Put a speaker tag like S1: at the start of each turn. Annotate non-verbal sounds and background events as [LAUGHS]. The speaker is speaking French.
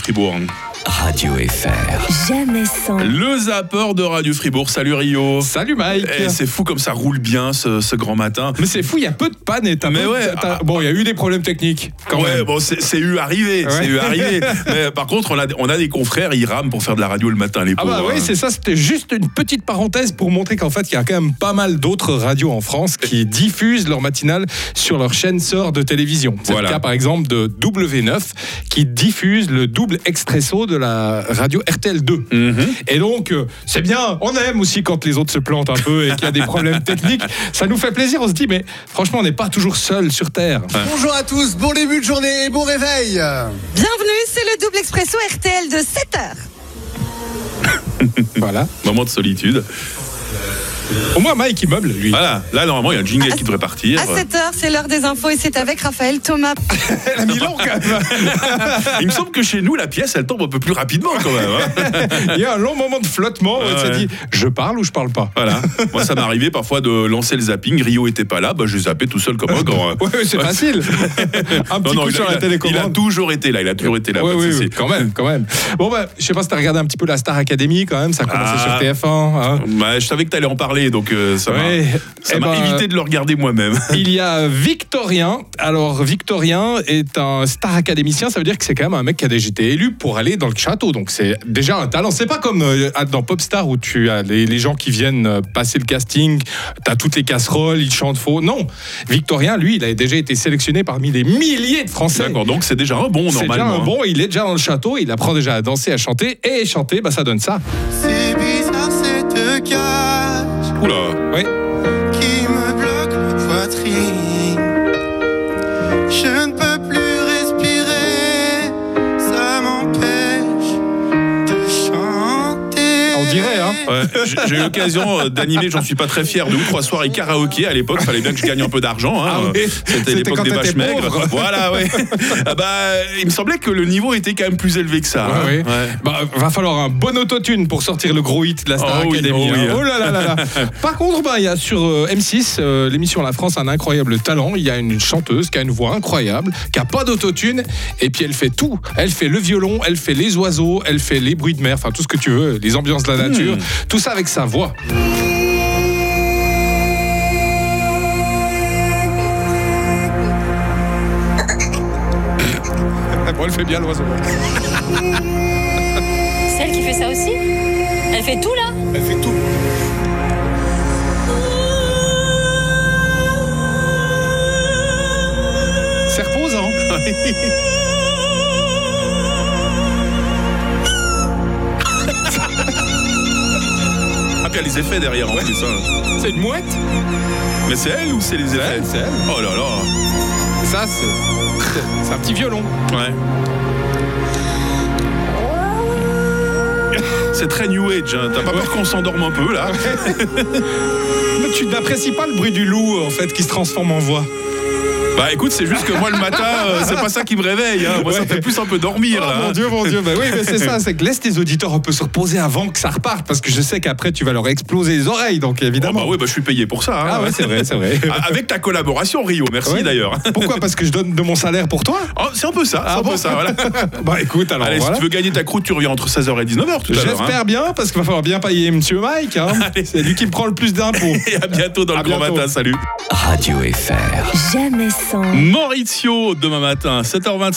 S1: Fribourg.
S2: Radio FR.
S3: Jamais sans.
S1: Le zapper de Radio Fribourg. Salut Rio.
S4: Salut Mike
S1: Eh, c'est fou comme ça roule bien ce, ce grand matin.
S4: Mais c'est fou, il y a peu de panne et t'as
S1: Mais
S4: peu-
S1: ouais, ah.
S4: t'as- Bon, il y a eu des problèmes techniques quand
S1: ouais,
S4: même.
S1: bon, c'est c'est eu arrivé, c'est
S4: Ouais.
S1: eu
S4: [LAUGHS]
S1: arrivé. Mais par contre, on a, on a des confrères, ils rament pour faire de la radio le matin, les
S4: Ah
S1: pauvres,
S4: bah oui,
S1: hein.
S4: c'est ça, c'était juste une petite parenthèse pour montrer qu'en fait, il y a quand même pas mal d'autres radios en France qui diffusent leur matinale sur leur chaîne sœur de télévision. C'est
S1: Voilà.
S4: le cas par exemple de W9 qui diffuse le double expresso de la radio RTL2.
S1: Mhm.
S4: Et donc, euh, c'est bien, on aime aussi quand les autres se plantent un peu et qu'il y a des
S1: [LAUGHS]
S4: problèmes techniques. Ça nous fait plaisir, on se dit, mais franchement, on n'est pas toujours seul sur Terre.
S5: Bonjour à tous, bon début de journée et bon réveil.
S6: Bienvenue, c'est le double expresso RTL de 7h.
S4: Voilà.
S1: Moment de solitude.
S4: Au moins, Mike, il meuble, lui.
S1: Voilà, là normalement, il y a le jingle qui devrait partir.
S6: À 7h, Ah, c'est l'heure des infos et c'est avec Raphaël Thomas.
S4: Elle a mis long, quand même.
S1: [LAUGHS] Il me semble que chez nous, la pièce, elle tombe un peu plus rapidement quand même. hein. [LAUGHS]
S4: Il y a un long moment de flottement où
S1: Ah
S4: elle s'est
S1: ouais.
S4: dit je parle ou je parle pas
S1: Voilà. Moi, ça m'est arrivé parfois de lancer le zapping. Rio était pas là, bah, je zappais tout seul comme
S4: [LAUGHS]
S1: un grand. hein.
S4: Ouais, ouais, c'est
S1: [LAUGHS]
S4: facile. Un petit
S1: Non, non,
S4: coup
S1: il a-
S4: sur
S1: il a-
S4: la
S1: Il a
S4: télécommande.
S1: toujours été là, il a toujours été là.
S4: Ouais,
S1: pas de
S4: ouais,
S1: souci.
S4: ouais, quand même, quand même. Bon, bah, je sais pas si t'as regardé un petit peu la Star Academy quand même, ça a commencé
S1: Ah.
S4: sur TF1. hein.
S1: Bah, je savais que t'allais en parler, donc euh, ça m'a
S4: Ouais.
S1: ça
S4: Eh
S1: m'a
S4: ben,
S1: évité de le regarder moi-même.
S4: Il y a Victorien. Alors, Victorien est un star académicien. Ça veut dire que c'est quand même un mec qui a déjà été élu pour aller dans le château. Donc, c'est déjà un talent. C'est pas comme euh, dans Popstar où tu as les, les gens qui viennent euh, passer le casting, t'as toutes les casseroles, ils chantent faux. Non. Victorien, lui, il a déjà été sélectionné parmi les milliers de Français.
S1: D'accord, donc [LAUGHS] c'est déjà un bon
S4: C'est déjà
S1: normalement. hein.
S4: un bon, il est déjà dans le château, il apprend déjà à danser, à chanter, et chanter, bah ça donne ça.
S7: C'est bizarre cette cage
S1: hein. Oula.
S4: Oui.
S7: qui me bloque la poitrine. Je ne peux plus respirer, ça m'empêche de chanter.
S4: On dirait, hein.
S1: Ouais, j'ai- j'ai eu l'occasion euh, d'animer, j'en suis pas très fier, de ou trois soirées karaoké à l'époque. Fallait bien que je gagne un peu d'argent. hein.
S4: Ah oui,
S1: C'était
S4: c'était
S1: l'époque
S4: quand
S1: des
S4: t'étais
S1: vaches maigres.
S4: pauvre.
S1: Voilà, [LAUGHS] ouais. Ah bah, il me semblait que le niveau était quand même plus élevé que ça. hein.
S4: Ouais, ouais.
S1: Ouais.
S4: Bah, va falloir un bon autotune pour sortir le gros hit de la Star
S1: Oh oui,
S4: Academy.
S1: oh oui,
S4: hein.
S1: hein.
S4: Oh là là là
S1: [LAUGHS]
S4: là. Par contre, bah, il y a sur euh, M6, euh, l'émission La France a un incroyable talent. Il y a une chanteuse qui a une voix incroyable, qui a pas d'autotune, et puis elle fait tout. Elle fait le violon, elle fait les oiseaux, elle fait les bruits de mer, enfin tout ce que tu veux, les ambiances de la nature,
S1: Hmm.
S4: tout ça avec sa voix. [LAUGHS] Bon, elle fait bien l'oiseau.
S8: Celle qui fait ça aussi Elle fait tout là
S4: Elle fait tout. C'est reposant.
S1: Ah, puis il y a les effets derrière en plus. hein.
S4: C'est une mouette
S1: Mais c'est elle ou c'est les effets
S4: elle, c'est elle.
S1: Oh là là.
S4: Ça,
S1: [LAUGHS]
S4: c'est c'est un petit violon.
S1: Ouais. [LAUGHS] C'est très new age, hein. t'as pas peur qu'on s'endorme un peu
S4: [LAUGHS]
S1: là
S4: Mais tu n'apprécies pas le bruit du loup, en fait, qui se transforme en voix.
S1: Bah écoute, c'est juste que moi le matin, euh, c'est pas ça qui me réveille. hein. Moi, ça me
S4: Ouais.
S1: fait plus un peu dormir là.
S4: mon
S1: hein.
S4: Dieu, mon Dieu. Ben oui, mais c'est ça, c'est que laisse tes auditeurs un peu se reposer avant que ça reparte, parce que je sais qu'après, tu vas leur exploser les oreilles, donc
S1: Oh, bah
S4: évidemment.
S1: oui, bah, je suis payé pour ça. hein.
S4: Ah ouais, c'est vrai,
S1: [LAUGHS]
S4: c'est vrai.
S1: Ah, Avec ta collaboration, Rio, merci
S4: Ouais.
S1: Oh,
S4: [LAUGHS]
S1: d'ailleurs. [LAUGHS]
S4: Pourquoi Parce que je donne de mon salaire pour toi
S1: Oh, c'est un peu ça, c'est un peu ça.
S4: [LAUGHS]
S1: Voilà.
S4: Bah écoute, alors
S1: Allez,
S4: Ah voilà.
S1: si tu veux gagner ta croûte, tu reviens entre 16h et 19h tout à l'heure. hein.
S4: J'espère bien, parce qu'il va falloir bien payer Monsieur Mike.
S1: [LAUGHS]
S4: hein. C'est lui qui me prend le plus d'impôts.
S1: Et à bientôt dans
S4: À
S1: le grand
S4: bientôt.
S1: matin, salut.
S2: Radio FR.
S3: Jamais sans.
S1: Maurizio, demain matin, 7h25.